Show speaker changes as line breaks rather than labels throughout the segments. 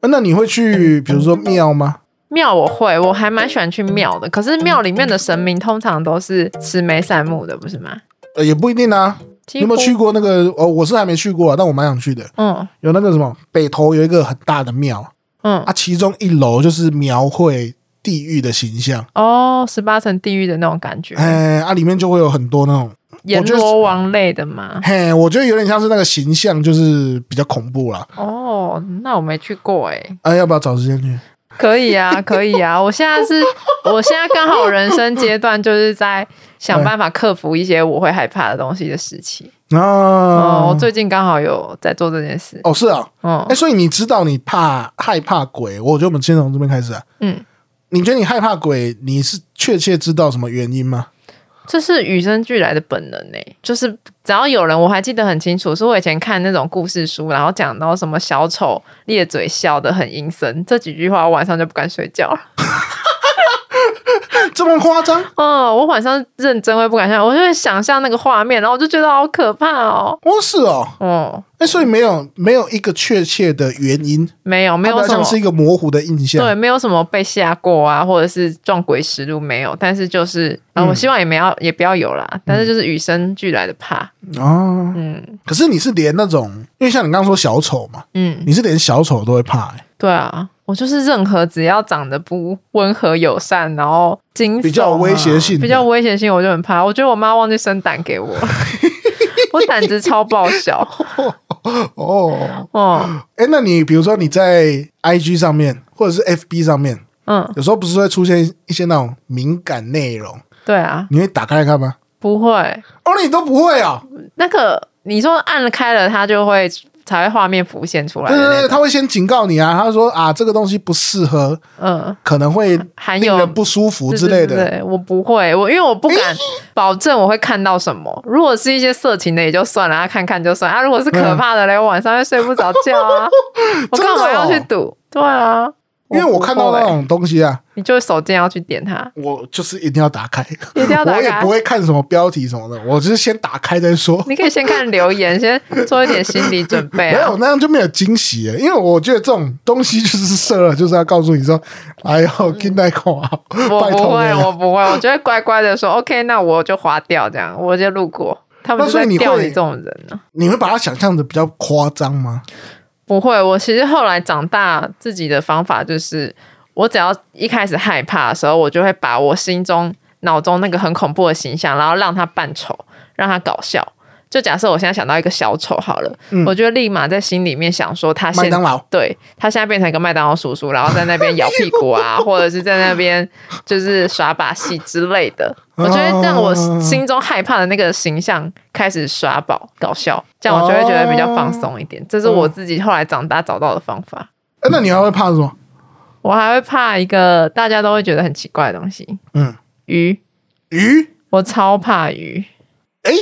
呃那你会去比如说庙吗？
庙我会，我还蛮喜欢去庙的。可是庙里面的神明通常都是慈眉善目的，不是吗？
呃，也不一定啊。
你
你有没有去？过那个？哦，我是还没去过、啊，但我蛮想去的。
嗯
有那个什么北投有一个很大的庙
嗯
啊，其中一楼就是描绘地狱的形象，
哦，十八层地狱的那种感觉，
哎、啊，里面就会有很多那种，
阎
我觉得是
罗王类的嘛。
嘿，我觉得有点像是那个形象，就是比较恐怖啦。
哦，那我没去过哎、
哎、要不要找时间去？
可以 啊，可以啊。我现在是，我现在刚好人生阶段就是在想办法克服一些我会害怕的东西的时期。
啊，
嗯，我最近刚好有在做这件事。
哦是啊，
嗯
哎、所以你知道你怕害怕鬼，我觉得我们先从这边开始啊。
嗯，
你觉得你害怕鬼，你是确切知道什么原因吗？
这是与生俱来的本能呢、欸就是只要有人，我还记得很清楚，是我以前看那种故事书，然后讲到什么小丑咧嘴笑的很阴森，这几句话我晚上就不敢睡觉了。
这么夸张？
嗯，我晚上认真会不敢睡觉，我就会想象那个画面，然后我就觉得好可怕哦。
哦是哦，
哦、
哎、所以没有没有一个确切的原因，
没有没
它
有
比
什
较
么
像是一个模糊的印象。
对，没有什么被吓过啊，或者是撞鬼实录没有，但是就是啊、呃我希望也没要也不要有啦，但是就是与生俱来的怕，
哦，
嗯
可是你是连那种，因为像你刚刚说小丑嘛，
嗯，
你是连小丑都会怕、欸，
对啊，我就是任何只要长得不温和友善，然后惊悚啊
比较有威胁性的
比较有威胁性我就很怕，我觉得我妈忘记生胆给 我了，我胆子超爆小，
哦，
哦
哎，那你比如说你在 IG 上面或者是 FB 上面，
嗯，
有时候不是会出现一些那种敏感内容，
对啊，
你会打开来看吗？
不会
哦，你都不会啊、
那个你说按了开了，它就会才会画面浮现出来
对
的
对
那
对，
种，
他会先警告你啊，他说啊，这个东西不适合，
嗯，
可能会
含
令
有
人不舒服之类
对对
的。
对对我不会，我因为我不敢保证我会看到什么。如果是一些色情的也就算了，啊、看看就算啊。如果是可怕的嘞，我晚上会睡不着觉啊。
嗯
我
真的
干
哦
嘛要去赌？对啊，
因为我看到那
不会，
种东西啊，
你就手贱要去点它，
我就是一定要打开，
一定要打
我也
开
不。会看什么标题什么的，我就是先打开再说。
你可以先看留 言，先做一点心理准备
没
啊
有。那样就没有惊喜了，因为我觉得这种东西就是设了，就是要告诉你说，哎呦，跟那口啊，
嗯我
拜
不
托
会，
你
我
了。
不会，我就会乖乖的说 OK，那我就划掉这样，我就路过。他们
那
就
所以
在
你
钓
会
你这种人啊呢、
你会把它想象的比较夸张吗？
不会，我其实后来长大，自己的方法就是，我只要一开始害怕的时候，我就会把我心中、脑中那个很恐怖的形象，然后让它扮丑，让它搞笑。就假设我现在想到一个小丑好了，
嗯
我就立马在心里面想说他
麦
现
当劳
对他现在变成一个麦当劳叔叔，然后在那边咬屁 股啊，或者是在那边就是耍把戏之类的。我就会让我心中害怕的那个形象开始耍宝搞笑，这样我就会觉得比较放松一点。这是
嗯
我自己后来长大找到的方法。
哎那你还会怕什么？
我还会怕一个大家都会觉得很奇怪的东西
嗯，
——鱼，
鱼？
我超怕鱼。
哎，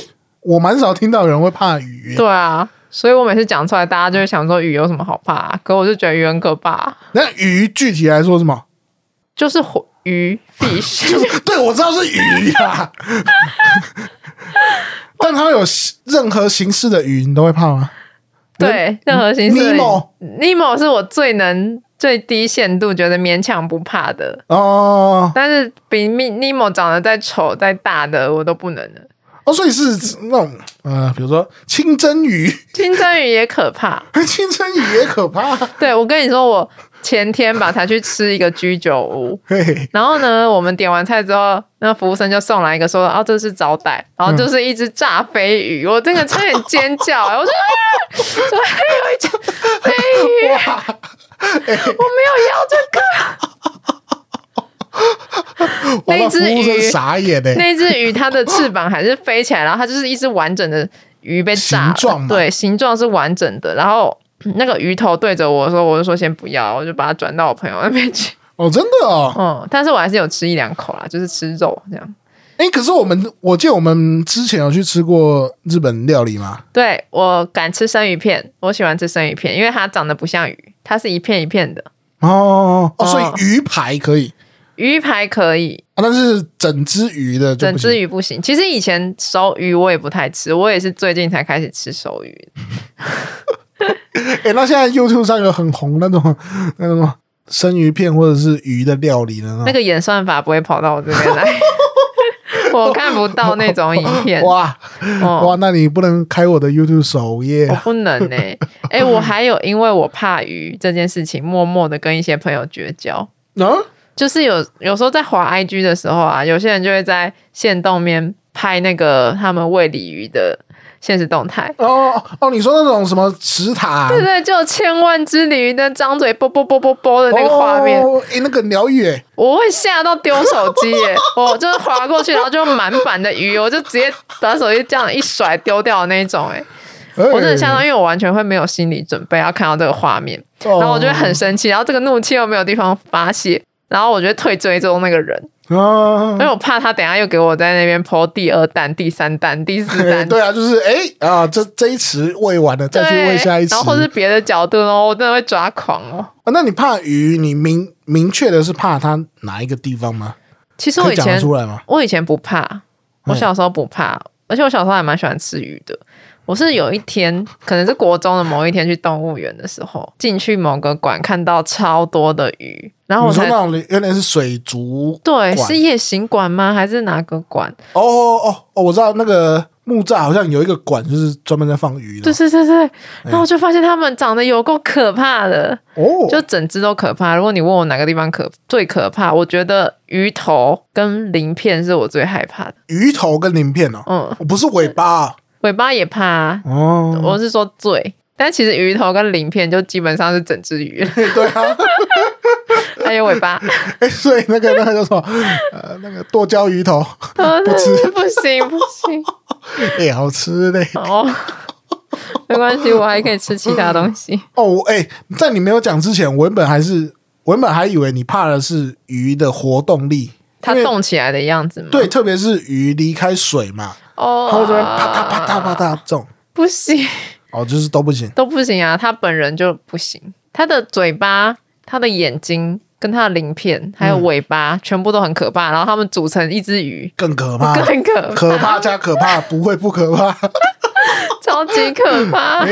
我蛮少听到有人会怕鱼。
对啊，所以我每次讲出来，大家就会想说鱼有什么好怕、啊？可我就觉得鱼很可怕啊、
那鱼具体来说是什 么？
就是火鱼 fish。
就是对我知道是鱼 啊，但它有任何形式的鱼，你都会怕吗？
对，任何形式的鱼。
Nemo
Nemo 是我最能最低限度觉得勉强不怕的，
哦
但是比 Mi- Nemo 长得再丑再大的我都不能了。
哦，所以是那种呃，比如说清蒸鱼，
清蒸鱼也可怕。
清蒸鱼也可怕。
对，我跟你说，我前天吧才去吃一个居酒屋，
嘿，
然后呢，我们点完菜之后，那服务生就送来一个说，哦，这是招待，然后就是一只炸飞鱼，我真的差点尖叫、 我说、啊、怎么还有一只飞鱼？
哇！
我没有要这个。
完了，
那
服
只
务生
鱼
傻眼欸嘞、
那只鱼它的翅膀还是飞起来，然后它就是一只完整的鱼被炸了，
形状嘛
对，形状是完整的。然后嗯那个鱼头对着我说，我就说先不要，我就把它转到我朋友那边去。
哦，真的哦。
嗯，但是我还是有吃一两口啦，就是吃肉这样。
哎、可是我们，我记得我们之前有去吃过日本料理嘛？
对我敢吃生鱼片，我喜欢吃生鱼片，因为它长得不像鱼，它是一片一片的。
哦哦，
哦
所以鱼排可以，
鱼排可以，
啊、但是整只鱼的就
整
不
只
行。
鱼不行。其实以前嗯熟鱼我也不太吃，我也是最近才开始吃熟鱼。
哎、哎、那现在 YouTube 上有很红那种 那种生鱼片或者是鱼的料理的那
那
种，
个演算法不会跑到我这 边来， 我看不到那种影片。
哇、
哦，
哇，那你不能开我的 YouTube 首页
我
啊、
不能呢、欸。哎、我还有因为我怕鱼这件事情，默默的跟一些朋友绝交。
啊？
就是有有时候在滑 IG 的时候啊，有些人就会在线动面拍那个他们喂鲤鱼的现实动态。
哦哦，你说那种什么池塘？
对对，就有千万只鲤鱼的张嘴啵啵啵啵啵的那个画面，
哦，哎、那个很疗愈哎，
我会吓到丢手机耶！ 我就是滑过去，然后就满版的鱼，我就直接把手机这样一甩丢掉的那一种哎，我真的吓到，因为我完全会没有心理准备要看到这个画面，
到
然后我就会很生气，然后这个怒气又没有地方发泄。然后我就会退追踪那个人，
啊
因为，我怕他等一下又给我在那边剖第二弹、第三弹、第四
对
弹，
对啊，就是哎、啊，这这一池喂完了，再去喂下一池。
然后或是别的角度哦，我真的会抓狂哦。
啊那你怕鱼，你明明确的是怕它哪一个地方吗？
其实我
可
以
以讲
前
得出来吗？
我以前不怕，我小时候不怕，而且我小时候还蛮喜欢吃鱼的。我是有一天，可能是国中的某一天去动物园的时候，进去某个馆看到超多的鱼，然后
你
我
说那
才
种有点是水族
对
馆
是夜行馆吗？还是哪个馆？
哦哦哦哦，我知道那个木栅好像有一个馆，就是专门在放鱼的
对。对对对，然后我就发现它们长得有够可怕的，
哦，
就整只都可怕。如果你问我哪个地方可最可怕，我觉得鱼头跟鳞片是我最害怕的。
鱼头跟鳞片哦，
嗯，
哦不是尾巴啊
尾巴也怕、啊，
哦。
我是说最，但其实鱼头跟鳞片就基本上是整只 鱼，
对啊，
还有尾 巴，
哎，所以那个那个叫什么，呃，那个剁椒鱼头
不
吃
不行不行
也好吃嘞。
哦，没关系，我还可以吃其他东西。
哦，我哎、在你没有讲之前，我原本还是我原本还以为你怕的是鱼的活动力，
它
因为
动起来的样子吗？
对，特别是鱼离开水嘛，
哦
它，会这边啪嗒啪嗒啪嗒这种，
不行
哦，就是都不行。
都不行啊，它本人就不行，它的嘴巴、它的眼睛跟它的鳞片还有尾巴、
嗯
全部都很可怕，然后它们组成一只鱼。
更可怕，
更可
啊可怕加可怕，不会不可 怕。
超级可怕
哎、！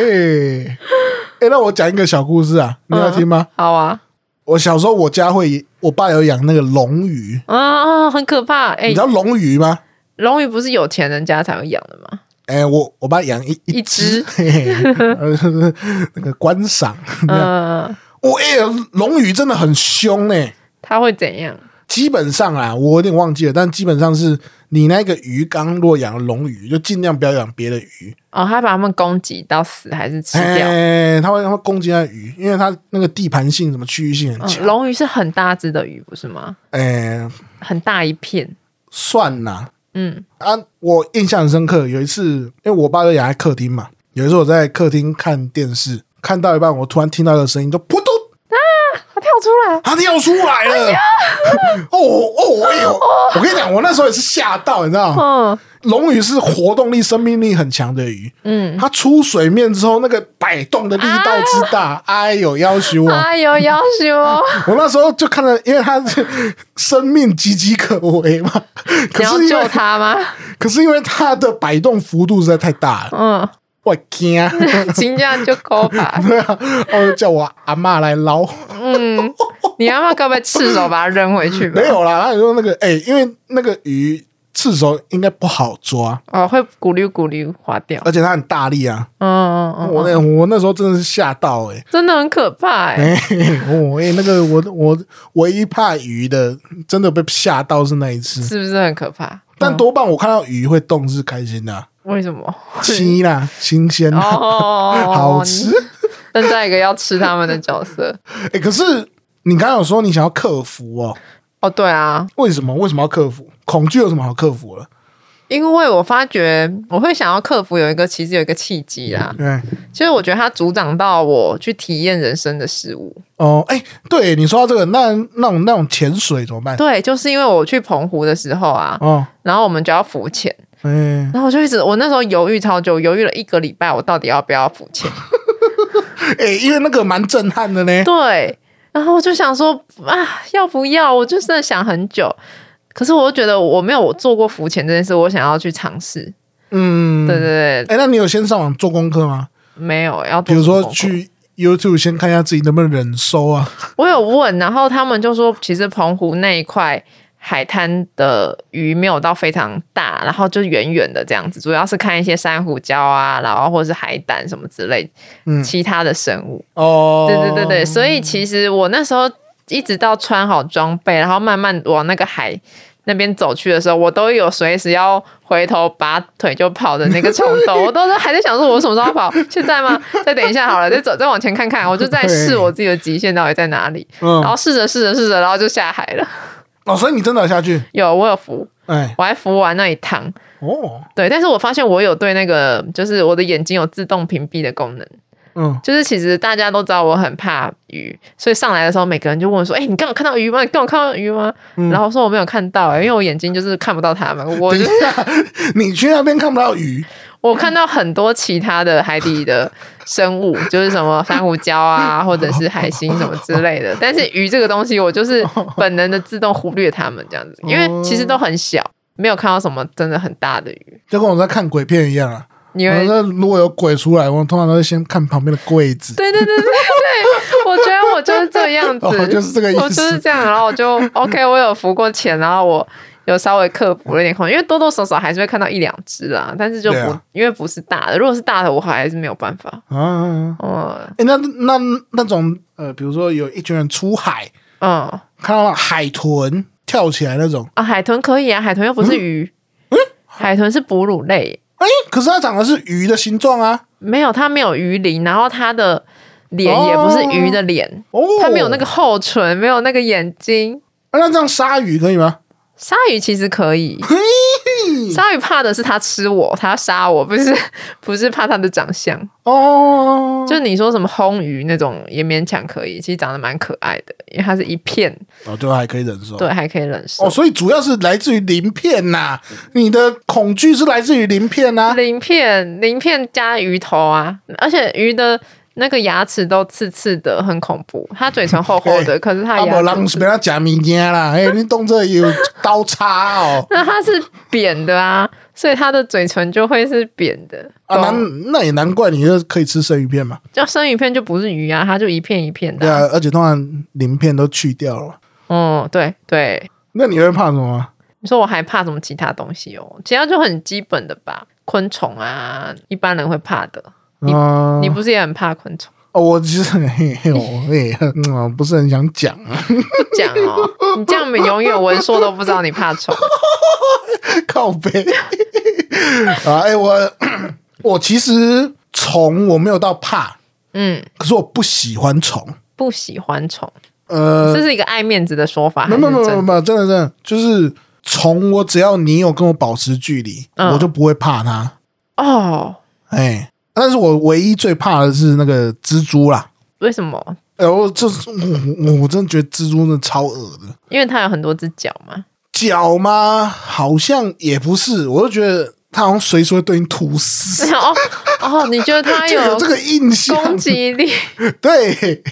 欸，那我讲一个小故事啊，你要听吗？
好啊，
我小时候我家会，我爸有养那个龙鱼，
啊，很可怕！哎、
你知道龙鱼吗？
龙鱼不是有钱人家才会养的 吗？
哎、我我爸养一
一
只
只，
嘿嘿 呃那个观赏。
嗯，
我哎，龙、鱼真的很凶呢、欸
它会怎样？
基本上啊，我有点忘记了，但基本上是你那个鱼缸如果养了龙鱼，就尽量不要养别的鱼，
哦，它把它们攻击到死还是吃掉？
哎，它会它会攻击那个鱼，因为它那个地盘性什么区域性很
嗯，
强。
龙鱼是很大只的鱼，不是吗？
哎、
嗯很大一片。
算啦，
嗯，
啊，我印象很深刻，有一次，因为我爸就养在客厅嘛，有一次我在客厅看电视，看到一半，我突然听到一个声音，就扑通，
它跳出来，
它跳出来
哎
了。哦哦，哎呦！我跟你讲，我那时候也是吓到，你知道吗？
嗯
龙鱼是活动力、生命力很强的鱼，
嗯，
它出水面之后那个摆动的力道之大，
啊
哎呦，要求我！
哎呦，要死哦！
我那时候就看到，因为它是生命岌岌可危 嘛，可
你要
是因
救
为
它吗？
可是因为它的摆动幅度实在太大了，
嗯，
我惊！
金价就够吧。
对啊，我就叫我阿嬷来捞，
嗯，你阿妈该不会赤手把它扔回去吧
没？有啦。他说那个，哎、因为那个鱼刺手应该不好抓，
哦，会咕溜咕溜滑掉。
而且它很大力啊。
嗯嗯
我
嗯，
那我那时候真的是吓到哎、
真的很可怕 哎、
哎、我、哎那个我我唯一怕鱼的，真的被吓到是那一次。
是不啊是很可怕？
但
嗯
多半我看到鱼会动是开心的啊、
为 什么？
新啦，新鲜
哦，
啦，好吃。
但在一个要吃他们的角色。
哎、可是你刚刚有说你想要克服哦，
哦，对啊，
为什么？为什么要克服？恐惧有什么好克服了？
因为我发觉我会想要克服有一个，其实有一个契机啦，
对，
就是我觉得它阻挡到我去体验人生的事物。
哦，哎、对你说到这个，那那种那种潜水怎么办？
对，就是因为我去澎湖的时候啊，
哦，
然后我们就要浮潜，
嗯、
然后我就一直，我那时候犹豫超久，犹豫了一个礼拜，我到底要不要浮 潜？
哎、因为那个蛮震撼的呢。
对，然后我就想说啊，要不要？我就真的想很久，可是我又觉得我没有做过浮潜这件事，我想要去尝试。
嗯，
对对对，
哎、那你有先上网做功课吗？
没有要做
比如
什么
说
功课
去 YouTube 先看一下自己能不能忍收啊。
我有问，然后他们就说，其实澎湖那一块海滩的鱼没有到非常大，然后就远远的这样子，主要是看一些珊瑚礁啊，然后或是海胆什么之类，
嗯
其他的生物。
哦，
对对对对，所以其实我那时候一直到穿好装备，然后慢慢往那个海那边走去的时候，我都有随时要回头拔腿就跑的那个冲动。我都是还在想说，我什么时候要跑？现在吗？再等一下好了，再走，再往前看看。我就在试
对
我自己的极限到底在哪里，然
嗯，
后试着试着试着，然后就下海了。
哦，所以你真的有下去，
有我有浮，
哎，
我还浮完那一趟。
哦，
对，但是我发现我有对那个，就是我的眼睛有自动屏蔽的功能。
嗯，
就是其实大家都知道我很怕鱼，所以上来的时候，每个人就问说：“哎、你刚有看到鱼吗？你刚有看到鱼吗？”
嗯
然后我说我没有看到、欸因为我眼睛就是看不到它们。我
等
就
一下， 你去那边看不到鱼，
我看到很多其他的海底的生物，就是什么珊瑚礁啊，或者是海星什么之类的。但是鱼这个东西，我就是本能的自动忽略它们这样子，因为其实都很小，没有看到什么真的很大的鱼。
就跟我在看鬼片一样啊。
因
我
为
说如果有鬼出来，我通常都会先看旁边的柜子。
对对对对对，我觉得我就是这样子，
哦就是这个意思
我就是这样，然后我就 OK，我有浮过潜，然后我有稍微克服了一点空，因为多多少少还是会看到一两只啦，但是就不、
对啊
因为不是大的，如果是大的，我还是没有办法。
啊，
嗯
哎、那那那种呃，比如说有一群人出海，
嗯
看到海豚跳起来那种，
啊，海豚可以啊，海豚又不是鱼，海豚是哺乳类，
哎、可是它长的是鱼的形状啊，
没有它没有鱼鳞，然后它的脸也不是鱼的脸，
哦，
它没有那个厚唇，没有那个眼睛。
啊那这样鲨鱼可以吗？
鲨鱼其实可以，
嘿，
鲨鱼怕的是它吃我，它要杀我，不是 不是怕它的长相。
哦，
就你说什么红鱼那种也勉强可以，其实长得蛮可爱的，因为它是一片，
哦，对，还可以忍受。
对，还可以忍受
哦，。所以主要是来自于鳞片呐、你的恐惧是来自于鳞片呐、
鳞片鳞片加鱼头啊，而且鱼的那个牙齿都刺刺的，很恐怖。它嘴唇 厚厚的，可是它
啊，无
牙
人
齿
是不要夹物件 啦，哎、你动这有刀叉哦，
那它是扁的啊，所以它的嘴唇就会是扁的。
啊，
懂
难那也难怪你就可以吃生鱼片嘛，
就生鱼片就不是鱼啊，它就一片一片
对
的啊、
啊，而且通常鳞片都去掉了，
嗯，对对，
那你会怕什么吗？
你说我还怕什么其他东西哦？其他就很基本的吧，昆虫啊，一般人会怕的。
嗯、
你不是也很怕昆虫？
哦，我其实嘿嘿， 我也嗯，我不是很想讲啊。
不讲哦，你这样永远文硕都不知道你怕虫。
靠背 啊！哎、我 我其实虫我没有到怕，
嗯，
可是我不喜欢虫。
不喜欢虫，
呃，
这是一个爱面子的说法，
没
还是
有没有没有
真
没有没有，真的
的？
真的就是虫，我只要你有跟我保持距离，
嗯
我就不会怕它。
哦，
哎、但是我唯一最怕的是那个蜘蛛啦。
为什么？
哎、我就是我我我真的觉得蜘蛛真的超恶的。
因为它有很多只脚嘛。
脚吗？好像也不是，我就觉得它好像随时会对你吐丝，
哦哦，你觉得它
就有
有
这个印象。
攻击力？
对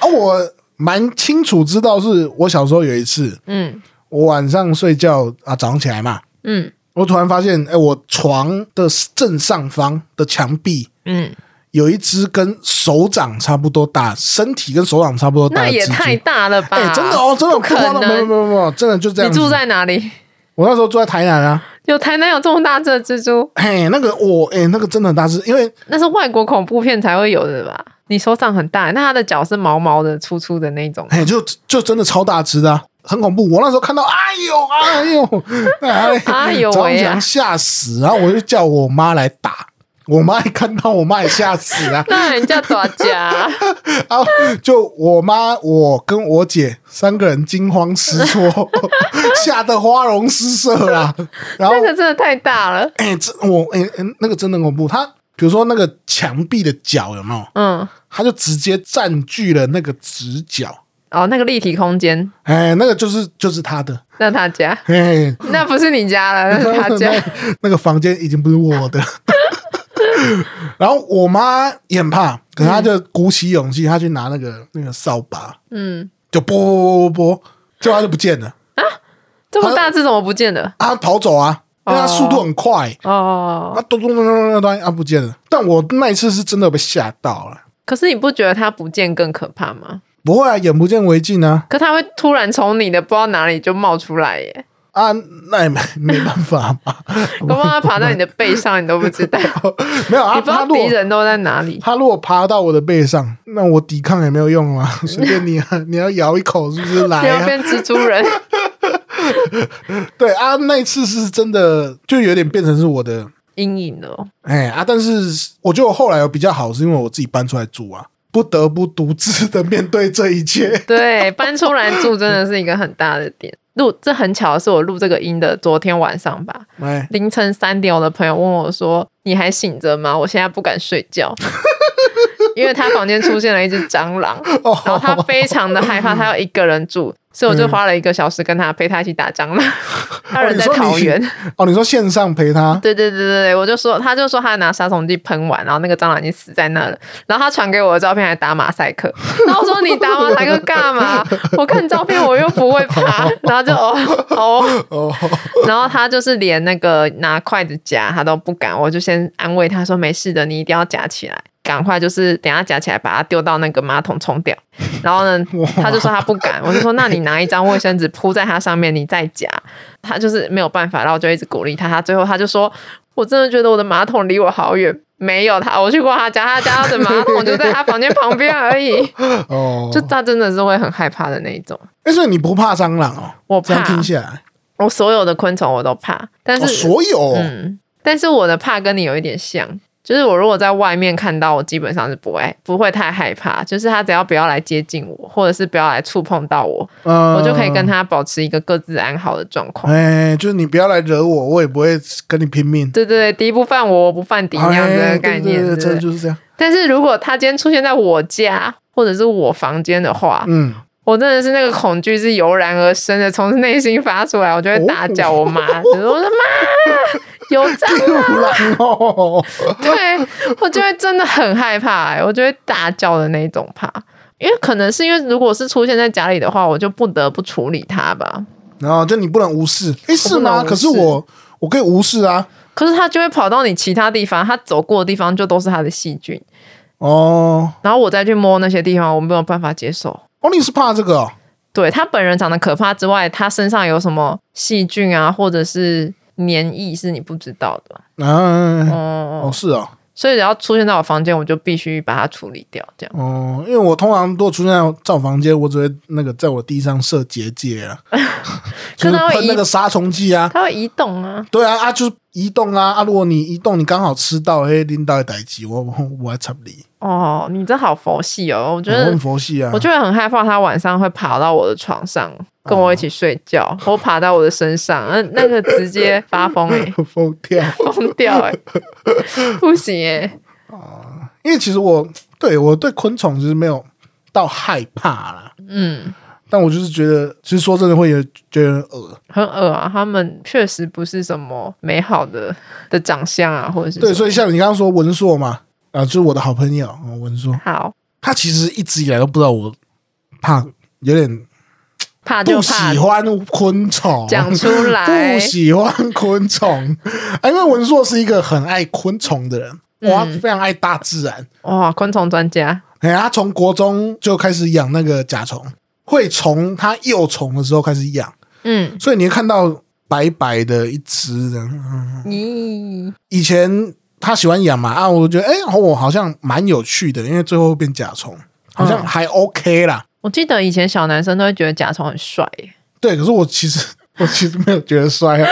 啊，我蛮清楚知道，是我小时候有一次，
嗯
我晚上睡觉啊，早上起来嘛，
嗯
我突然发现，哎、我床的正上方的墙壁
嗯，
有一只跟手掌差不多大，身体跟手掌差不多大
那
的
也
蜘
太
蛛。
大了吧？
哎、真的哦，真的
不可
夸张没有
能
没有没有，真的就这样
你
子。
住在哪里？
我那时候住在台南啊，
有台南有这么大只的蜘蛛？
嘿，那个我哎、那个真的很大只，因为
那是外国恐怖片才会有的吧？你手掌很大，那它的脚是毛毛的、粗粗的那 种。
哎、就就真的超大只的啊、很恐怖。我那时候看到，哎呦，哎呦， 哎
哎呦
张
喂啊！
翔！吓死，然后我就叫我妈来打。我妈一看到我妈也吓死啊
那人家打架，
然后啊就我妈、我跟我姐三个人惊慌失 措，吓得花容失色啦。然后
那，个真的太大了。
哎、这我哎、哎那个真的很恐怖。它比如说那个墙壁的角有没有？
嗯，
它就直接占据了那个直角。
哦，那个立体空间，
哎、那个就是就是它的。
那他家，
哎、
那不是你家 了，那是他家。
那那个房间已经不是我的。 然后我妈也很怕，可是她就鼓起勇气，她去拿那个那个扫把，
嗯，
就拨拨拨拨拨，结果她就不见了，
这么大只怎么不见了？
她跑走啊，因为她速度很快，
哦
啊，咚咚咚咚咚咚，啊不见了。但我那一次是真的被吓到了，
可是你不觉得他不见更可怕吗？
不会啊，眼不见为净啊
可他会突然从你的不知道哪里就冒出来耶，
啊，那也没没办法嘛，
搞不好他爬到你的背上，你都不知道，你
没 有啊，
不知
他
道
如
敌
果
人都在 哪里。
他如果爬到我的背上，那我抵抗也没有用啊， 随便 你啊，你要咬一口是不是来
你要
啊？
变蜘蛛人，
对啊，那一次是真的，就有点变成是我的
阴影了哦。
哎啊，但是我觉得我后来有比较好，是因为我自己搬出来住啊，不得不独自的面对这一 切。
对，搬出来住真的是一个很大的点。录这很巧的是，我录这个音的昨天晚上吧，
哎，
凌晨三点，我的朋友问我说：“你还醒着吗？”我现在不敢睡觉， 因为他房间出现了一只蟑螂，
哦，
然后他非常的害怕，他要一个人住，所以我就花了一个小时跟他陪他一起打蟑螂。他人在桃园，
哦，你说线上陪他，
对对对对对，我就说，他就说他拿杀虫剂喷完，然后那个蟑螂已经死在那了。然后他传给我的照片还打马赛克，然后我说你打马赛克干嘛？我看照片我又不会爬，然后就哦 哦，
哦，
然后他就是连那个拿筷子夹他都不敢，我就先安慰他说没事的，你一定要夹起来。赶快就是等一下夹起来，把它丢到那个马桶冲 掉。然后呢，他就说他不敢，我就说那你拿一张卫生纸铺在它上面，你再夹。他就是没有办法，然后我就一直鼓励他，他最后他就说，我真的觉得我的马桶离我好远。没有他，我去过他家，他家的马桶就在他房间旁边 而已。
哦，
就他真的是会很害怕的那一种。
哎，所以你不怕蟑螂哦？
我
这样
怕，
听下来，
我所有的昆虫我都怕，但
哦，
是、
所有哦
嗯，但是我的怕跟你有一点像，就是我如果在外面看到，我基本上是不会不会太害怕，就是他只要不要来接近我，或者是不要来触碰到我，
嗯
我就可以跟。他保持一个各自安好的状况。
哎，就是你不要来惹我，我也不会跟你拼命。
对对对，敌不犯我，我不犯敌那样子
哎对
的概
对
念。
对
对
真的
不对
就是这样。
但是如果他今天出现在我家或者是我房间的话，
嗯，
我真的是那个恐惧是油然而生的，从内心发出来，我就会大叫 我妈，我说妈有蟑螂，
不 然哦，
对我就会真的很害怕、欸，我就会大叫的那种怕。因为可能是因为如果是出现在家里的话，我就不得不处理它吧。
然后就你不能无视。哎，是吗？
我不能无视
可是我我可以无视啊。
可是它就会跑到你其他地方，它走过的地方就都是它的细菌，
哦，
然后我再去摸那些地方，我没有办法接受。
哦，你是怕这个哦？
对他本人长得可怕之外，他身上有什么细菌啊，或者是黏液是你不知道的。
啊，
哦、
哦，是哦。
所以只要出现在我房间，我就必须把它处理掉。这样，
哦，因为我通常如果出现在在我房间，我只会那个在我地上设结界啊，就是
可能会
喷那
移
个，杀虫剂啊。
它会移动啊。
对啊啊，就是移动啊啊！如果你移动，你刚好吃到嘿拎到一逮鸡，我我我还插你，
哦，你这好佛系哦，我觉
我
得
很。佛系啊
我。就会很害怕它晚上会爬到我的床上，跟我一起睡觉，
哦
或爬到我的身上，那那个直接发疯哎、
疯掉，
疯掉哎、不行哎、
因为其实我对我对昆虫其实没有到害怕啦，
嗯，
但我就是觉得，其实说真的会有觉得恶，
很恶啊，他们确实不是什么美好的的长相啊，或者是
对，
什么
所以像你刚刚说文硕嘛，啊，就是我的好朋友、哦、文硕，
好
他其实一直以来都不知道我怕，有点
怕就
不
怕
喜欢昆虫，
讲出来
不，喜欢昆虫、啊，因为文硕是一个很爱昆虫的人，哇，
嗯
非常爱大自然。
哇，昆虫专家
哎、他从国中就开始养那个甲虫，会从他幼虫的时候开始养，
嗯，
所以你会看到白白的一只的。嗯
咦，
以前他喜欢养嘛，啊，我觉得哎、我好像蛮有趣的，因为最后会变甲虫，好像还 OK 啦。
我记得以前小男生都会觉得甲虫很帅欸耶，
对，可是我其实 我其实没有觉得帅啊，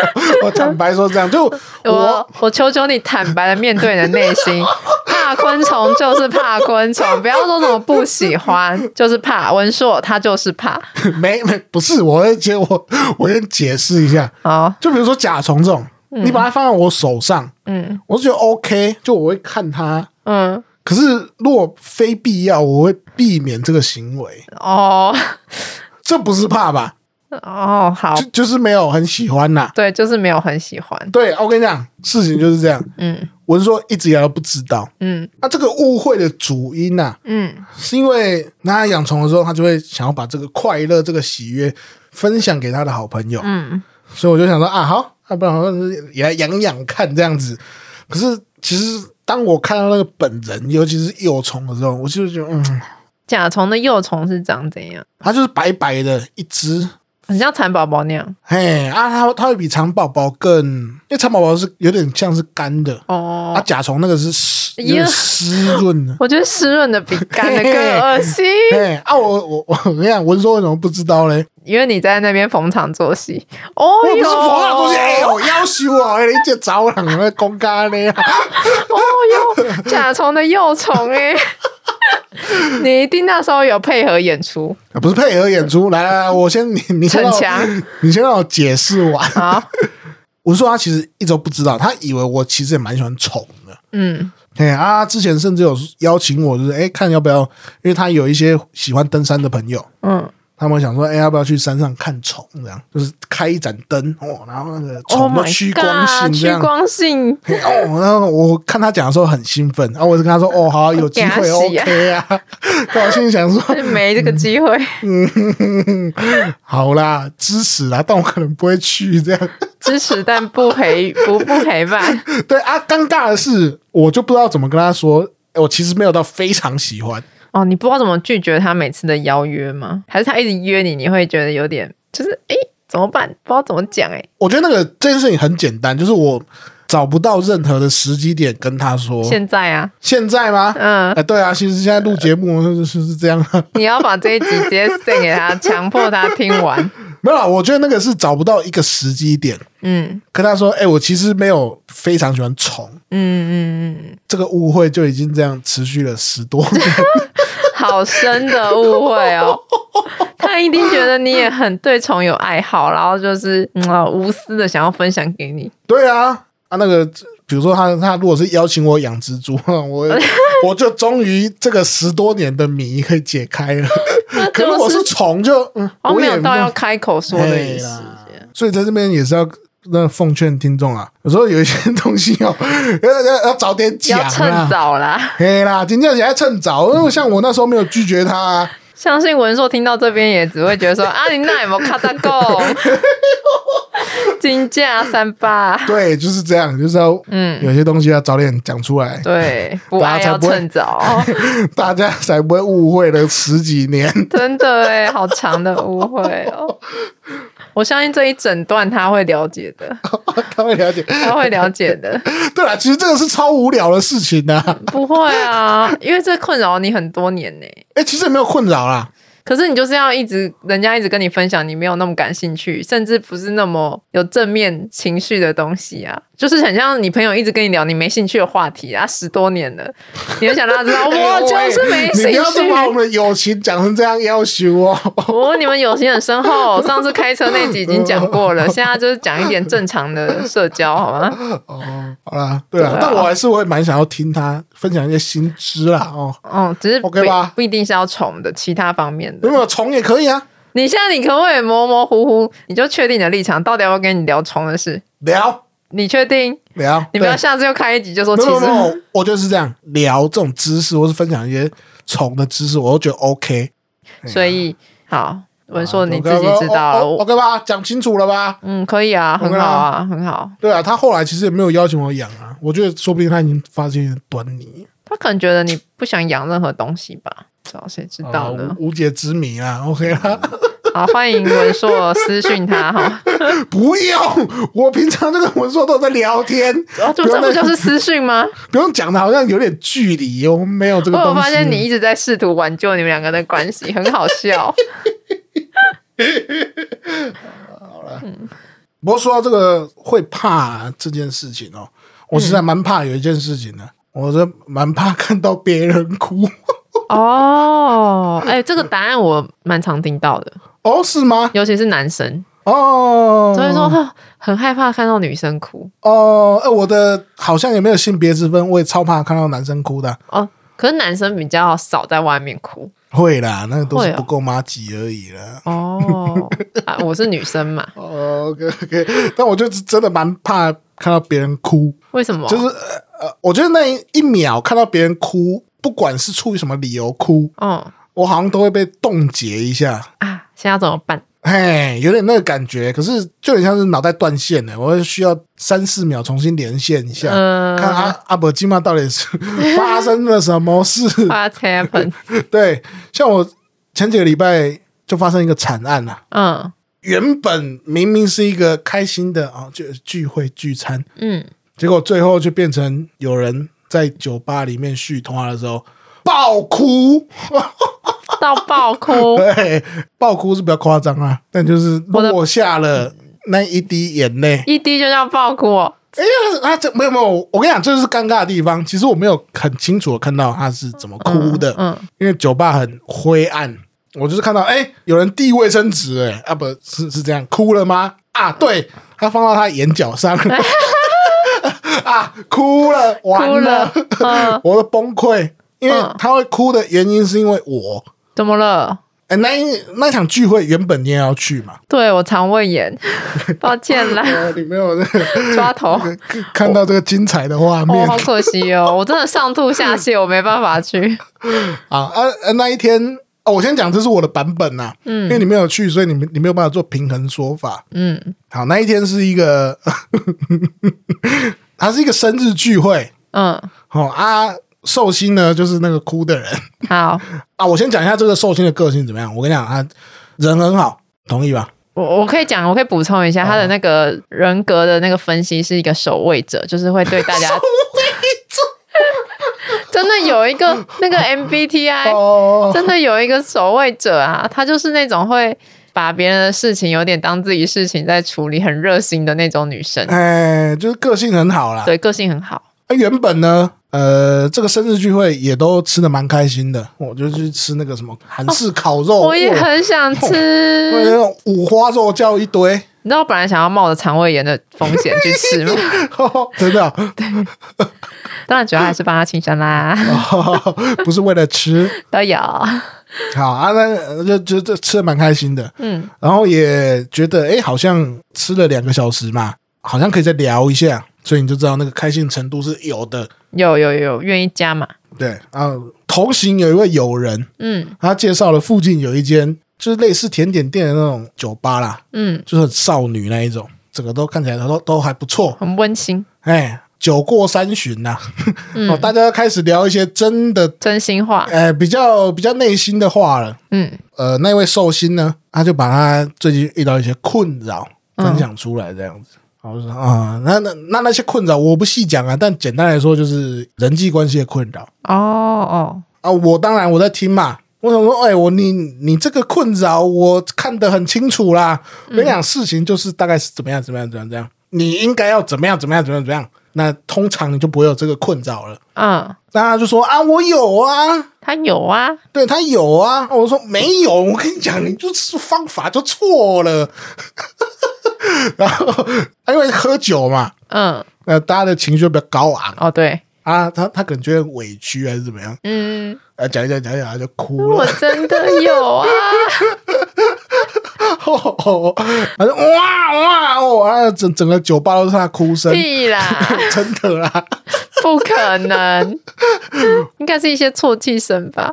我坦白说这样，就我
我我求求你坦白的面对你的内心，怕昆虫就是怕昆虫，不要说什么不喜欢，就是怕文硕他就是怕，
没没不是，我会觉得我我先解释一下，
好，
就比如说甲虫这种，你把它放在我手上，
嗯
我就觉得 OK，就我会看它。
嗯，
可是如果非必要，我会避免这个行为，
哦
这不是怕吧？
哦，好
就，就是没有很喜欢呐、
对，就是没有很喜欢，
对，啊我跟你讲，事情就是这样。
嗯
我是说，一直以来都不知道。
嗯
那、这个误会的主因呐、
嗯。
是因为他养虫的时候，他就会想要把这个快乐、这个喜悦分享给他的好朋友。
嗯，
所以我就想说啊，好，那、不然我也来养养看这样子。可是其实当我看到那个本人，尤其是幼虫的时候，我就觉得，嗯，
甲虫的幼虫是长怎样？
它就是白白的一只，
很像蚕宝宝那样
嘿啊，它它会比蚕宝宝更，因为蚕宝宝是有点像是干的，
哦。
啊，甲虫那个是湿，
哎
有
呀
点湿润 的。
我觉得湿润的比干的更恶心，
嘿啊，我我我我跟你讲，文说为什么不知道嘞？
因为你在那边逢场作戏。哦
我不是
哟，
佛朗东西，哎、我要求啊，你这早人在公家呢，啊
哦哟，甲虫的幼虫 哎、你一定那时候有配合演出，
啊 不是配合演出。来来来，我 先你你先
逞
让我
强
你先让我解释完。
好，
文说他其实一直都不知道，他以为我其实也蛮喜欢宠的。
嗯，
哎啊，之前甚至有邀请我，就是哎、看要不要，因为他有一些喜欢登山的朋友，
嗯，
他们想说，哎、要不要去山上看虫？这样就是开一盏灯哦，然后那个
Oh
虫
my
都趋光
god，
性这
哦趋
样。
光性，
嘿哦，然后我看他讲的时候很兴奋，然、后我就跟他说：“哦，好啊，有机
给
会
他洗啊
，OK 啊。” 但我心里想说
没这个机会。：“
嗯好啦，支持啦，但我可能不会去这样。
支持但不陪不不陪伴，
对”啊，尴尬的是，我就不知道怎么跟他说。哎我其实没有到非常喜欢，
哦，你不知道怎么拒绝他每次的邀约吗？还是他一直约你，你会觉得有点就是诶，怎么办？不知道怎么讲诶，欸
我觉得那个这件事情很简单，就是我找不到任何的时机点跟他说。
现在啊，
现在吗？
嗯呃
哎、，对啊，其实现在录节目就是是这样。啊
你要把这一集直接送给他，强迫他听完。
没有啦，我觉得那个是找不到一个时机点，
嗯
跟他说：“哎、我其实没有非常喜欢虫。”
嗯嗯嗯，
这个误会就已经这样持续了十多年。
好深的误会哦。 他一定觉得你也很对虫有爱好，然后就是嗯、啊无私的想要分享给你。
对啊，啊那个，比如说他他如果是邀请我养蜘蛛， 我 我就终于这个十多年的谜可以解开了。 可如果是虫就，嗯，我
哦，没
也
有到要开口说的意
嘿
思。
啦所以在这边也是要。那奉劝听众啊，有时候有一些东西哦， 要要要早点讲啊
要趁
啦，
早啦！
嘿啦，今天起来趁早，因为像我那时候没有拒绝他、啊，
相信文硕听到这边也只会觉得说啊，你那有没有卡扎 够？金价三八，
对，就是这样，就是要
啊嗯，
有些东西要早点讲出来，
对，不
大
爱
家才
要
不会
趁早，
大家才不会误会了十几年。
真的哎，好长的误会哦。我相信这一整段他会了解的，
他会了解。
他会了解的，
对了，其实这个是超无聊的事情呢、 啊。
不会啊，因为这困扰你很多年呢。
哎、其实也没有困扰啦。
可是你就是要一直，人家一直跟你分享你没有那么感兴趣，甚至不是那么有正面情绪的东西啊，就是很像你朋友一直跟你聊你没兴趣的话题啊，十多年了，你就想让他 知道我就是没
哎你不
兴
要再把我
趣。
们的友情讲成这样要求 哦。
哦，你们友情很深厚，上次开车那集已经讲 过了，现在就是讲一点正常的社交，好吗？
哦，好啦，对啦，
对啊
但我还是会蛮想要听他分享一些新知啦。哦，
哦，只是不
OK 吧
不一定是要宠的，其他方面
有
的。
没有虫也可以啊，
你现在你可不可以模模糊糊，你就确定你的立场，到底要不要跟你聊虫的事？
聊
你确定？
聊。
你不要
对
下次又开一集就说其
没有没有，没
实
有我就是这样聊这种知识，或是分享一些虫的知识，我都觉得 OK。
所以好，文硕你自己知道了。
o
我
哦 OK 吧？讲清楚了吧？
嗯，可以啊，
我
很
跟
好
他
啊，很好。
对啊，他后来其实也没有邀请我养啊，我觉得说不定他已经发现端倪，
他可能觉得你不想养任何东西吧？不知道谁知道呢
啊？无无解之谜啊，OK 啦，
好，欢迎文硕私讯他哈。
不用，我平常这个文硕都在聊天，
哦，这
不
这
用
不
再
就是私讯吗？
不用讲的好像有点距离，我们没有这
我
个东西。
有发现你一直在试图挽救你们两个的关系，很好笑。
不过说到这个会怕这件事情哦，我实在蛮怕有一件事情的、我是蛮怕看到别人哭。
哦，哎，这个答案我蛮常听到的，
哦，是吗？
尤其是男生，
哦，
所以说 呵很害怕看到女生哭。
哦，呃，我的好像也没有性别之分，我也超怕看到男生哭的。
哦，可是男生比较少在外面哭
会啦，那个都
会
是
哦
不够妈吉而已啦。
哦 啊，我是女生嘛，
哦，OK OK，但我就是真的蛮怕看到别人哭，
为什么？
就是呃，呃我觉得那一一秒看到别人哭，不管是出于什么理由哭，
哦
我好像都会被冻结一下。
啊，现在要怎么办？
哎，有点那个感觉，可是就很像是脑袋断线了，我会需要三四秒重新连线一下，
嗯
看阿阿伯基玛到底是发生了什么事。
What happened？
对，像我前几个礼拜就发生一个惨案啊，
嗯
原本明明是一个开心的啊，就聚会聚餐，
嗯，
结果最后就变成有人在酒吧里面续通话的时候爆哭，
到爆 哭，
对，爆哭是比较夸张啊，但就是落下了那一滴眼泪。
一滴就叫爆哭哦。
哎呀，他这没有没有，我跟你讲，这就是尴尬的地方。其实我没有很清楚的看到他是怎么哭的，
嗯嗯
因为酒吧很灰暗，我就是看到哎、有人递卫生纸、诶哎啊不是是这样，哭了吗？啊，对，他放到他眼角上， 啊，哭了，完
哭了，嗯，
我都崩溃，因为
嗯
他会哭的原因是因为我。
怎么了？
哎、那一那场聚会原本你也要去嘛？
对我肠胃 炎，抱歉啦，
呃，你没有那个
抓头。
看到这个精彩的画
哦，
面、
好可惜哦，我真的上吐下泻，我没办法去。
啊啊！呃那一天，哦，我先讲，这是我的版本呐、嗯，因为你没有去，所以你们你没有办法做平衡说法。
嗯
好，那一天是一个， 它是一个生日聚会。
嗯，
哦啊，寿星呢就是那个哭的人
好，
啊。我先讲一下这个寿星的个性怎么样。我跟你讲，他人很好，同意吧？
我我可以讲，我可以补充一下，他的那个人格的那个分析是一个守卫者，就是会对大家 真的有一个那个 MBTI，
哦，
真的有一个守卫者啊，他就是那种会把别人的事情有点当自己事情在处理，很热心的那种女生。
哎，就是个性很好啦。
对，个性很好。
啊，原本呢，呃，这个生日聚会也都吃的蛮开心的，我就去吃那个什么韩式烤肉，
哦我也
哇
很想
那个那
吃，
种五花肉叫一堆，
你知道我本来想要冒着肠胃炎的风险去吃吗？
真的啊、
当然，主要还是帮他庆生啦，
不是为了吃。
都有。
好啊，那呃就就就吃的蛮开心的，
嗯
然后也觉得哎、诶好像吃了两个小时嘛，好像可以再聊一下，所以你就知道那个开心程度是有的。
有有有，愿意加嘛？
对啊，同行有一位友人，
嗯
他介绍了附近有一间就是类似甜点店的那种酒吧啦，
嗯，
就是很少女那一种，整个都看起来都都还不错。
很温馨，
哎，酒过三巡呐、
嗯
哦，大家开始聊一些真的，
真心话。
呃，比较比较内心的话了。
嗯
呃，那位寿星呢，他就把他最近遇到一些困扰
嗯
分享出来，这样子。然后就说啊、那那那那些困扰我不细讲啊，但简单来说就是人际关系的困扰
哦哦，
啊。我当然我在听嘛，我想说，哎、我你你这个困扰我看得很清楚啦。我跟你讲，事情就是大概是怎么样怎么样怎么样怎么样，你应该要怎么样怎么样怎么样怎么样，那通常你就不会有这个困扰了。
嗯，
大家就说啊，我有啊，
他有啊，
对他有啊，我说没有，我跟你讲，你就是方法就错了。 然后因为喝酒嘛，
嗯，
那大家的情绪比较高昂
哦对，
啊，他他可能觉得很委屈还是怎么样，
嗯，
啊，讲一讲讲一讲他就哭
我
了，
真的有 啊，
他说哇哇哦，啊，整整个酒吧都是他哭声，
屁 啦，
真的啊 啦，
不可能，应该是一些啜泣声吧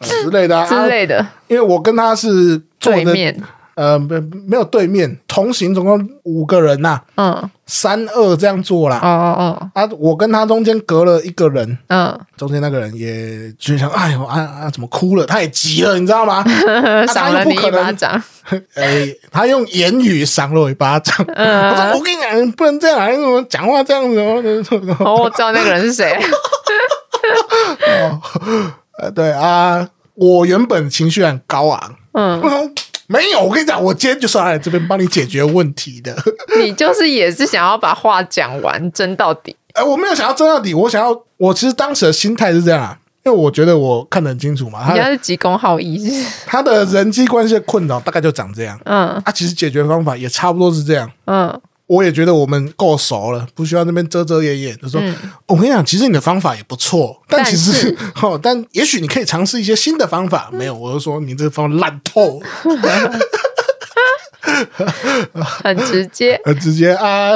呃之类的、啊，
之类的，
因为我跟他是坐
对
的
面，
呃，没没有对面，同行总共五个人呐、啊
嗯，哦
三二这样坐啦。
哦哦，
啊，我跟他中间隔了一个人，
嗯，
中间那个人也就想，哎呦啊啊，怎么哭了？他也急了，你知道吗？
赏了你一巴掌，
哎、他用言语赏了我一巴掌。我说：“我跟你讲，你不能这样啊，你怎么讲话这样子哦怎么怎么？
哦，我知道那个人是 谁，
呃，对啊，我原本情绪很高昂，
嗯
我，说没有，我跟你讲，我今天就是要来这边帮你解决问题的。
你就是也是想要把话讲完，争到底，
哎、我没有想要争到底，我想要，我其实当时的心态是这样啊，因为我觉得我看得很清楚嘛，他
人家
的
是急公好义，
他的人际关系的困扰大概就长这样。”
嗯
啊，其实解决方法也差不多是这样。
嗯
我也觉得我们够熟了，不需要那边遮遮掩掩。就说、我跟你讲，其实你的方法也不错，但
嗯但
其实 哦，但也许你可以尝试一些新的方法。没
嗯
有，我就说你这方法烂透了，
很直接，
呃，直接啊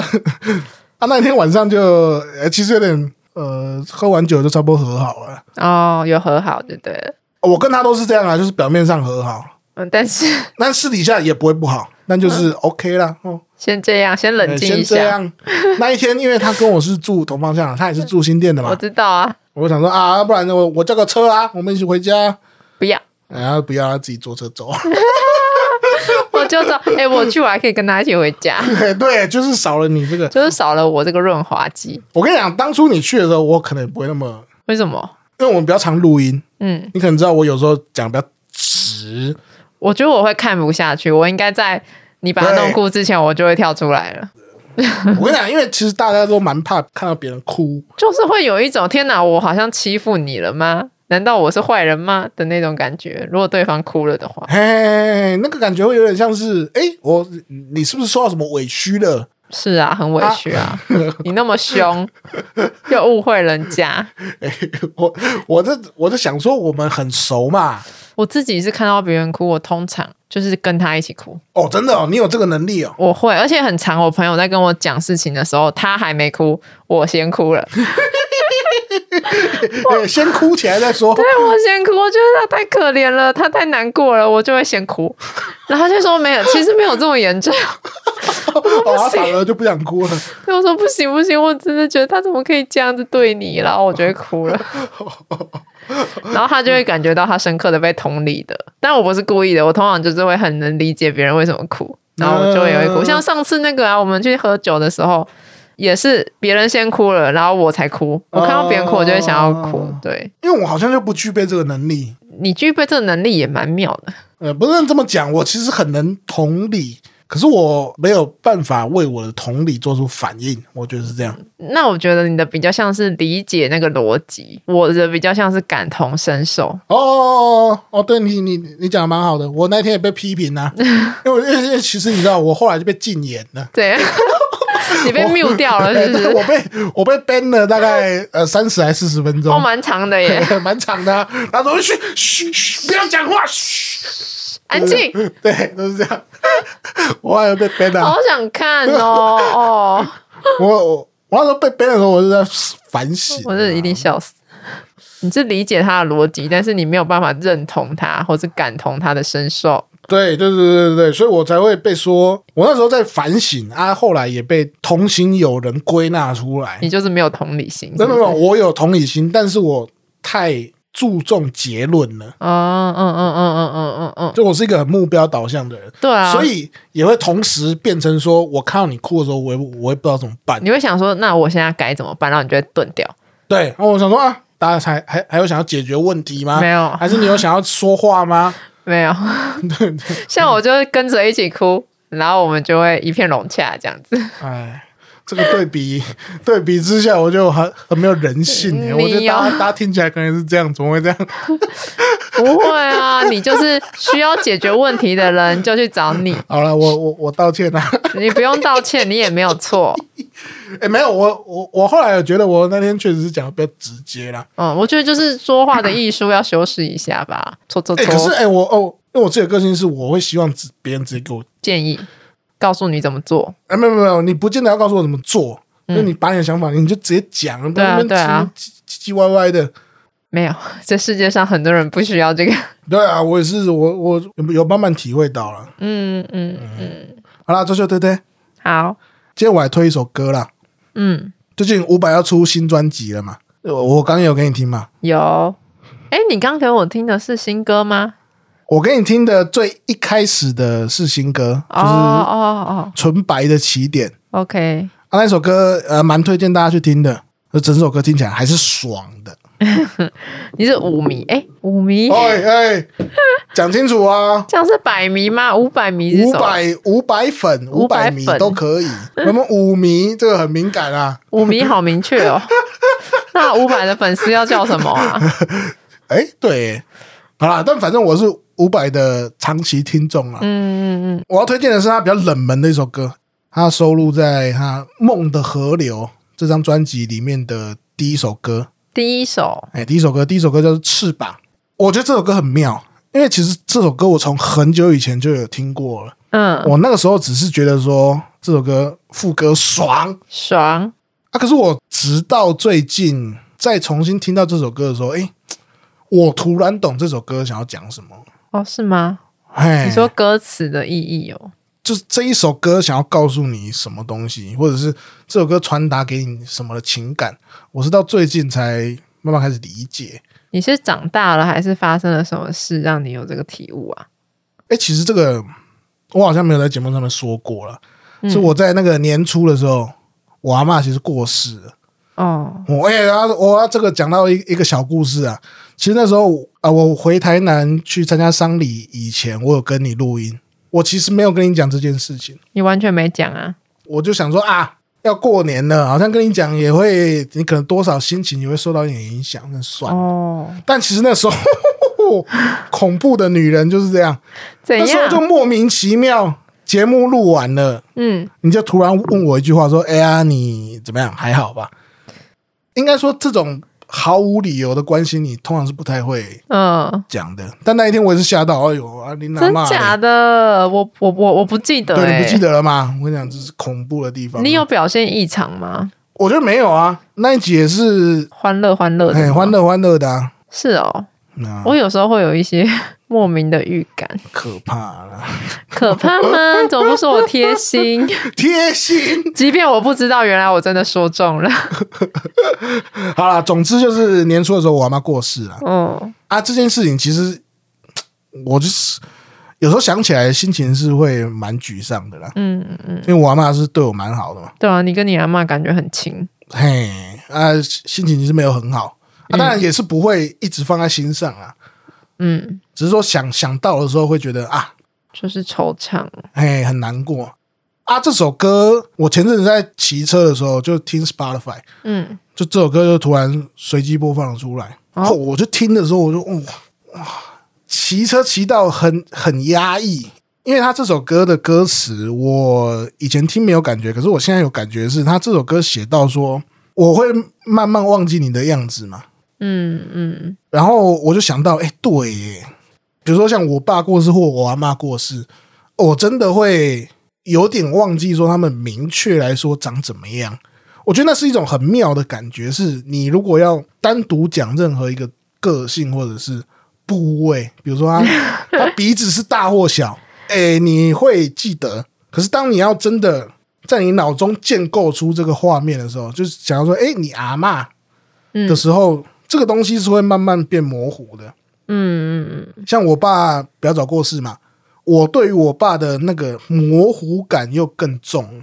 啊！那天晚上就呃，其实有点呃，喝完酒就差不多和好了。
哦，有和好就对了。
我跟他都是这样啊，就是表面上和好，
嗯，但是
但私底下也不会不好，但就是 OK 啦。哦，哎
先这样，先嗯冷静
先
一
这
下。
样。那一天，因为他跟我是住同方向，啊他也是住新店的
我
嘛，
知道啊，
我想说啊，不然我我叫个车啊，我们一起回家。
不要，
然后不要他自己坐车走，
我就知道。 哎、我去，我还可以跟他一起回家，
对，就是少了你这个。
就是少了我这个润滑剂。
我跟你讲，当初你去的时候，我可能也不会那么，
为什么？
因为我们比较常录音，
嗯，
你可能知道我有时候讲得比较直，
我觉得我会看不下去，我应该在你把它弄哭之前，我就会跳出来了。
我跟你讲，因为其实大家都蛮怕看到别人哭，
就是会有一种天哪，我好像欺负你了吗？难道我是坏人吗的那种感觉？如果对方哭了的话，
嘿，那个感觉会有点像是，哎、我你是不是受到什么委屈了？
是啊，很委屈啊，你那么凶，又误会人家。
哎、我我这我就想说，我们很熟嘛。
我自己是看到别人哭，我通常就是跟他一起哭，
哦，真的哦，你有这个能力哦。
我会，而且很常我朋友在跟我讲事情的时候，他还没哭，我先哭了，
对，先哭起来再说。
对我先哭，我觉得他太可怜了，他太难过了，我就会先哭，然后他就说没有，其实没有这么严重。
哦，他反而就不想哭了。
对我说不行不行，我真的觉得他怎么可以这样子对你？然后我就会哭了， 然后他就会感觉到他深刻的被同理的。但我不是故意的，我通常就是会很能理解别人为什么哭，然后我就也会哭。
嗯
像上次那个啊，我们去喝酒的时候，也是别人先哭了，然后我才哭。我看到别人哭，我就会想要哭
哦。
对
因为我好像就不具备这个能力。
你具备这个能力也蛮妙的，
呃，不是这么讲，我其实很能同理，可是我没有办法为我的同理做出反应。我觉得是这样。
那我觉得你的比较像是理解那个逻辑，我的比较像是感同身受。
哦哦哦哦，对你你你讲的蛮好的。我那天也被批评 啊，因为因为其实你知道，我后来就被禁言了。哎
对， 你被 mute 掉了是不
对
是？
我被我被 ban 了大概呃三十还四十分钟哎
哦，，蛮长的耶，
蛮长的、啊。然后说嘘嘘嘘，不要讲话，嘘，
安静，
对，都是这样。 我还有被 ban 啊
好，想看 哦哦，
我我我那时候被 ban 的时候，我是在反省。啊
我是一定笑死。你是理解他的逻辑，但是你没有办法认同他，或是感同他的身受。
对对对对对对，所以我才会被说，我那时候在反省啊，后来也被同行友人归纳出来。
你就是没有同理心。
真的没
是
有，
不是
我有同理心，但是我太注重结论了，
哦，嗯嗯嗯嗯嗯嗯嗯，
就我是一个很目标导向的人，
对啊。
所以也会同时变成说，我看到你哭的时候，我也我也不知道怎么办。
你会想说，那我现在该怎么办？然后你就会顿掉。
对，然后我想说啊，大家还还还有想要解决问题吗？
没有
还是你有想要说话吗？
没有， 像我就会跟着一起哭，然后我们就会一片融洽这样子。
哎。这个对比对比之下，我就很很没有人性耶、
你
我觉得
哦
大家大家听起来可能是这样，怎么会这样？
不会啊，你就是需要解决问题的人就去找你，
好了，我我我道歉啦、
你不用道歉，你也没有错。
哎、没有，我我我后来有觉得我那天确实是讲的比较直接啦。
嗯，我觉得就是说话的艺术要修饰一下吧，搓搓
哎、可是
搓，
哎、我哦，因为我自己的个性是，我会希望直别人直接给我，
建议告诉你怎么做。
哎、没有没有没有，你不见得要告诉我怎么做，那、
嗯
你把你的想法你就直接讲，不
对啊
要那边
对啊
唧唧唧唧歪歪的。
没有， 这世界上很多人不需要这个。
对啊，我也是，我我有有慢慢体会到了。
嗯嗯嗯，
好啦，周秀推推，
好，
今天我还推一首歌啦。
嗯，
最近伍佰要出新专辑了嘛？我我刚有给你听嘛？
有。哎，你刚给我听的是新歌吗？
我给你听的最一开始的是新歌，就
哦
是
哦
纯白的起点。
哦，OK，
啊，那首歌呃，蛮推荐大家去听的，呃整首歌听起来还是爽 的。
你是五迷，哎，五迷，
哎哎，讲清楚 啊！
这样是百迷吗？五百迷是
五
什么？
百五百粉五百
500
米
粉
都可以，我们五迷这个很敏感啊。
五迷好明确 哦。那五百的粉丝要叫什么啊？
哎，对，好啦，但反正我是五百的长期听众啊啦。
嗯嗯
我要推荐的是他比较冷门的一首歌，他收录在他《梦的河流》这张专辑里面的第一首歌。
嗯，第一首，
哎，第一首歌，第一首歌叫做《翅膀》，我觉得这首歌很妙，因为其实这首歌我从很久以前就有听过了。
嗯，
我那个时候只是觉得说这首歌副歌爽
爽，
啊，可是我直到最近再重新听到这首歌的时候，哎，我突然懂这首歌想要讲什么。
哦，是吗？
哎，
你说歌词的意义哦，
就是这一首歌想要告诉你什么东西，或者是这首歌传达给你什么的情感，我是到最近才慢慢开始理解。
你是长大了还是发生了什么事让你有这个体悟啊？
哎，其实这个我好像没有在节目上面说过了，是我在那个年初的时候，我阿嬷其实过世了。
哦，
我哎、然后我要这个讲到一一个小故事啊。其实那时候啊、我回台南去参加丧礼以前，我有跟你录音，我其实没有跟你讲这件事情，
你完全没讲啊，
我就想说啊，要过年了，好像跟你讲也会，你可能多少心情也会受到一点影响，那算了。
哦，
但其实那时候 恐怖的女人就是这样，
怎
那时候就
样？
莫名其妙，节目录完了。
嗯，
你就突然问我一句话，说：“哎、呀，你怎么样？还好吧？”应该说，这种毫无理由的关心，你通常是不太会
嗯，
讲的。但那一天我也是吓到，哎呦，啊，你哪
真
骂嘞
假的？我我我我不记得、欸，
对，你不记得了吗？我跟你讲，这是恐怖的地方。
你有？表现异常吗？
我觉得没有啊。那一集也是
欢乐欢乐的，
很哎欢，乐欢乐的、啊，
是哦。
那
我有时候会有一些 莫名的预感，
可怕了，
可怕吗？怎么不说我贴心？
贴心。
即便我不知道，原来我真的说中了。
好了，总之就是年初的时候，我阿妈过世了。
嗯，
啊，这件事情其实我就是有时候想起来，心情是会蛮沮丧的啦。
嗯
嗯，因为我阿妈是对我蛮好的嘛，
对啊，你跟你阿妈感觉很亲，
嘿，啊，心情其实没有很好，啊，当然也是不会一直放在心上啊，
嗯，
只是说想想到的时候会觉得啊，
就是惆怅。
嘿，很难过。啊，这首歌我前阵子在骑车的时候就听 Spotify，
嗯，
就这首歌就突然随机播放了出来，
哦
后我就听的时候，我就哇哇，骑车骑到很很压抑，因为他这首歌的歌词我以前听没有感觉，可是我现在有感觉是，他这首歌写到说我会慢慢忘记你的样子嘛，
嗯嗯，
然后我就想到，哎、对耶，比如说像我爸过世或我阿妈过世，我真的会有点忘记说他们明确来说长怎么样。我觉得那是一种很妙的感觉，是你如果要单独讲任何一个个性或者是部位，比如说他他鼻子是大或小，哎、你会记得。可是当你要真的在你脑中建构出这个画面的时候，就是假如说，哎、你阿嬷
嗯
的时候，这个东西是会慢慢变模糊的。
嗯嗯嗯，
像我爸表早过世嘛，我对于我爸的那个模糊感又更重。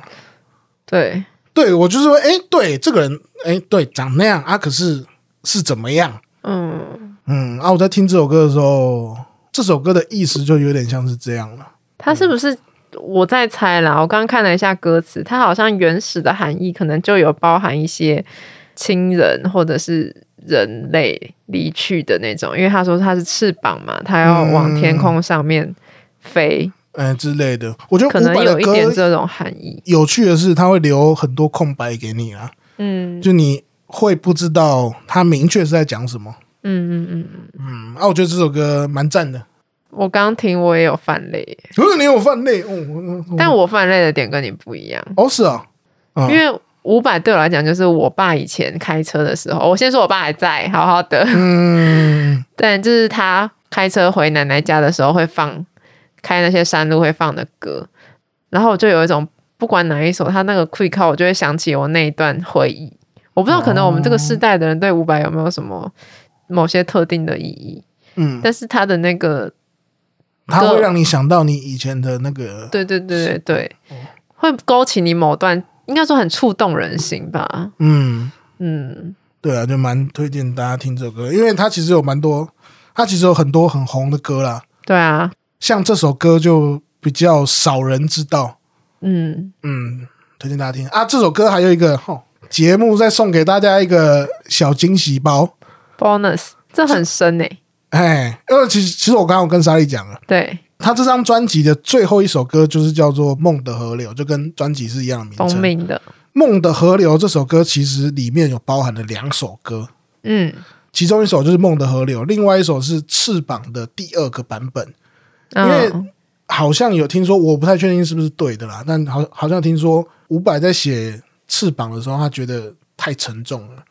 对，
对我就是说，哎、对这个人，哎、对长那样啊，可是是怎么样？
嗯，
嗯，啊，我在听这首歌的时候，这首歌的意思就有点像是这样了。
他是不是？我在猜啦，我刚看了一下歌词，它好像原始的含义可能就有包含一些亲人或者是人类离去的那种，因为他说他是翅膀嘛，他要往天空上面飞，
嗯、之类的，我觉得
可
伍
能
佰的
有一
歌
点这种含义。
有趣的是，他会留很多空白给你啊，
嗯
就你会不知道他明确是在讲什么。
嗯嗯嗯嗯，
嗯，啊，我觉得这首歌蛮赞的。
我刚听我也有犯累，
可是你有犯累，哦，我我
但我犯累的点跟你不一样。
哦是啊，啊
因为五百对我来讲，就是我爸以前开车的时候，我先说我爸还在，好好的，
嗯，
但就是他开车回奶奶家的时候会放开那些山路会放的歌，然后我就有一种不管哪一首，他那个 quick call，我就会想起我那一段回忆。我不知道，可能我们
哦
这个世代的人对五百有没有什么某些特定的意义，
嗯，
但是他的那个，
它会让你想到你以前的那个，
对对对对对，
哦
会勾起你某段，应该说很触动人心吧。
嗯，
嗯，
对啊，就蛮推荐大家听这首歌，因为它其实有蛮多，它其实有很多很红的歌啦，
对啊，
像这首歌就比较少人知道，
嗯，
嗯，推荐大家听啊。这首歌还有一个吼节目再送给大家一个小惊喜包，
bonus，这很深欸诶、
哎，因为其实其实我刚刚有跟莎莉讲了。
对，
他这张专辑的最后一首歌就是叫做《梦的河流》，就跟专辑是一样的名
聪
称。
明的，
《梦的河流》这首歌其实里面有包含了两首歌，
嗯
其中一首就是《梦的河流》，另外一首是《翅膀》的第二个版本。因为
嗯
好像有听说，我不太确定是不是对的啦，但好好像听说伍佰在写《翅膀》的时候，他觉得太沉重了，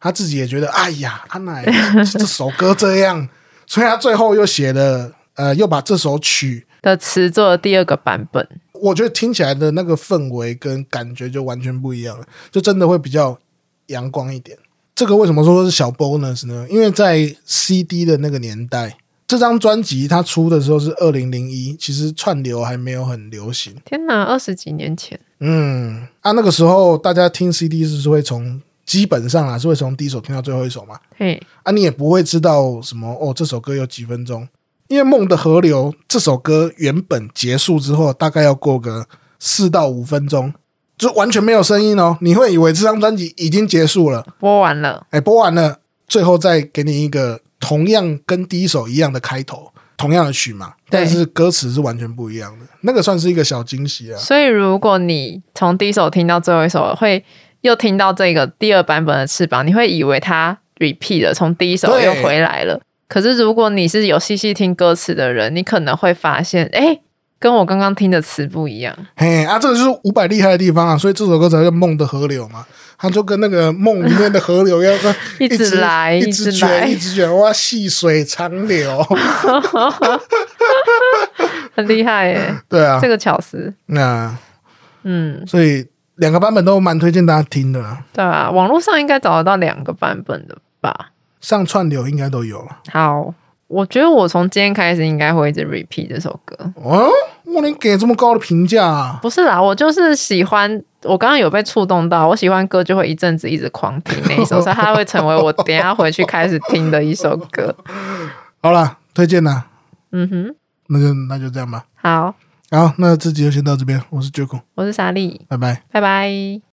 他 自己也觉得哎呀，安奶这首歌这样，所以他最后又写了《呃，又把这首曲，
的词做的第二个版本，
我觉得听起来的那个氛围跟感觉就完全不一样了，就真的会比较阳光一点。这个为什么说是小 bonus 呢？因为在 CD 的那个年代，这张专辑它出的时候是二零零一，其实串流还没有很流行。
天哪，二十几年前，
嗯，啊，那个时候大家听 CD 是是会从基本上啊是会从第一首听到最后一首嘛，
嘿，
啊，你也不会知道什么哦，这首歌有几分钟，因为《梦的河流》这首歌原本结束之后大概要过个四到五分钟，就完全没有声音哦，你会以为这张专辑已经结束了，
播完了，
哎，播完了，最后再给你一个同样跟第一首一样的开头。同样的曲嘛，
对
但是歌词是完全不一样的，那个算是一个小惊喜啊。
所以如果你从第一首听到最后一首，会又听到这个第二版本的翅膀，你会以为它 repeat 了，从第一首
对
又回来了。可是如果你是有细细听歌词的人，你可能会发现，哎、跟我刚刚听的词不一样。
嘿啊，这个就是伍佰厉害的地方啊，所以这首歌才叫《梦的河流》嘛，它就跟那个梦里面的河流一样，
一直来
一
一
直
直来
卷，一直卷，哇，细水长流，
很厉害耶、
对 啊
这，个巧思。
那
嗯，
所以两个版本都蛮推荐大家听的啦，
对啊，网络上应该找得到两个版本的吧？
上串流应该都有了。
好，我觉得我从今天开始应该会一直 repeat 这首歌。
哦，哇，你给这么高的评价啊？
不是啦，我就是喜欢，我刚刚有被触动到，我喜欢歌就会一阵子一直狂听那一首，所以它会成为我等一下回去开始听的一首歌。
好啦，推荐啦，
嗯哼，
那就那就这样吧。
好，
好，那这集就先到这边，我是 j o k o
我是莎莉，
拜拜。
拜拜。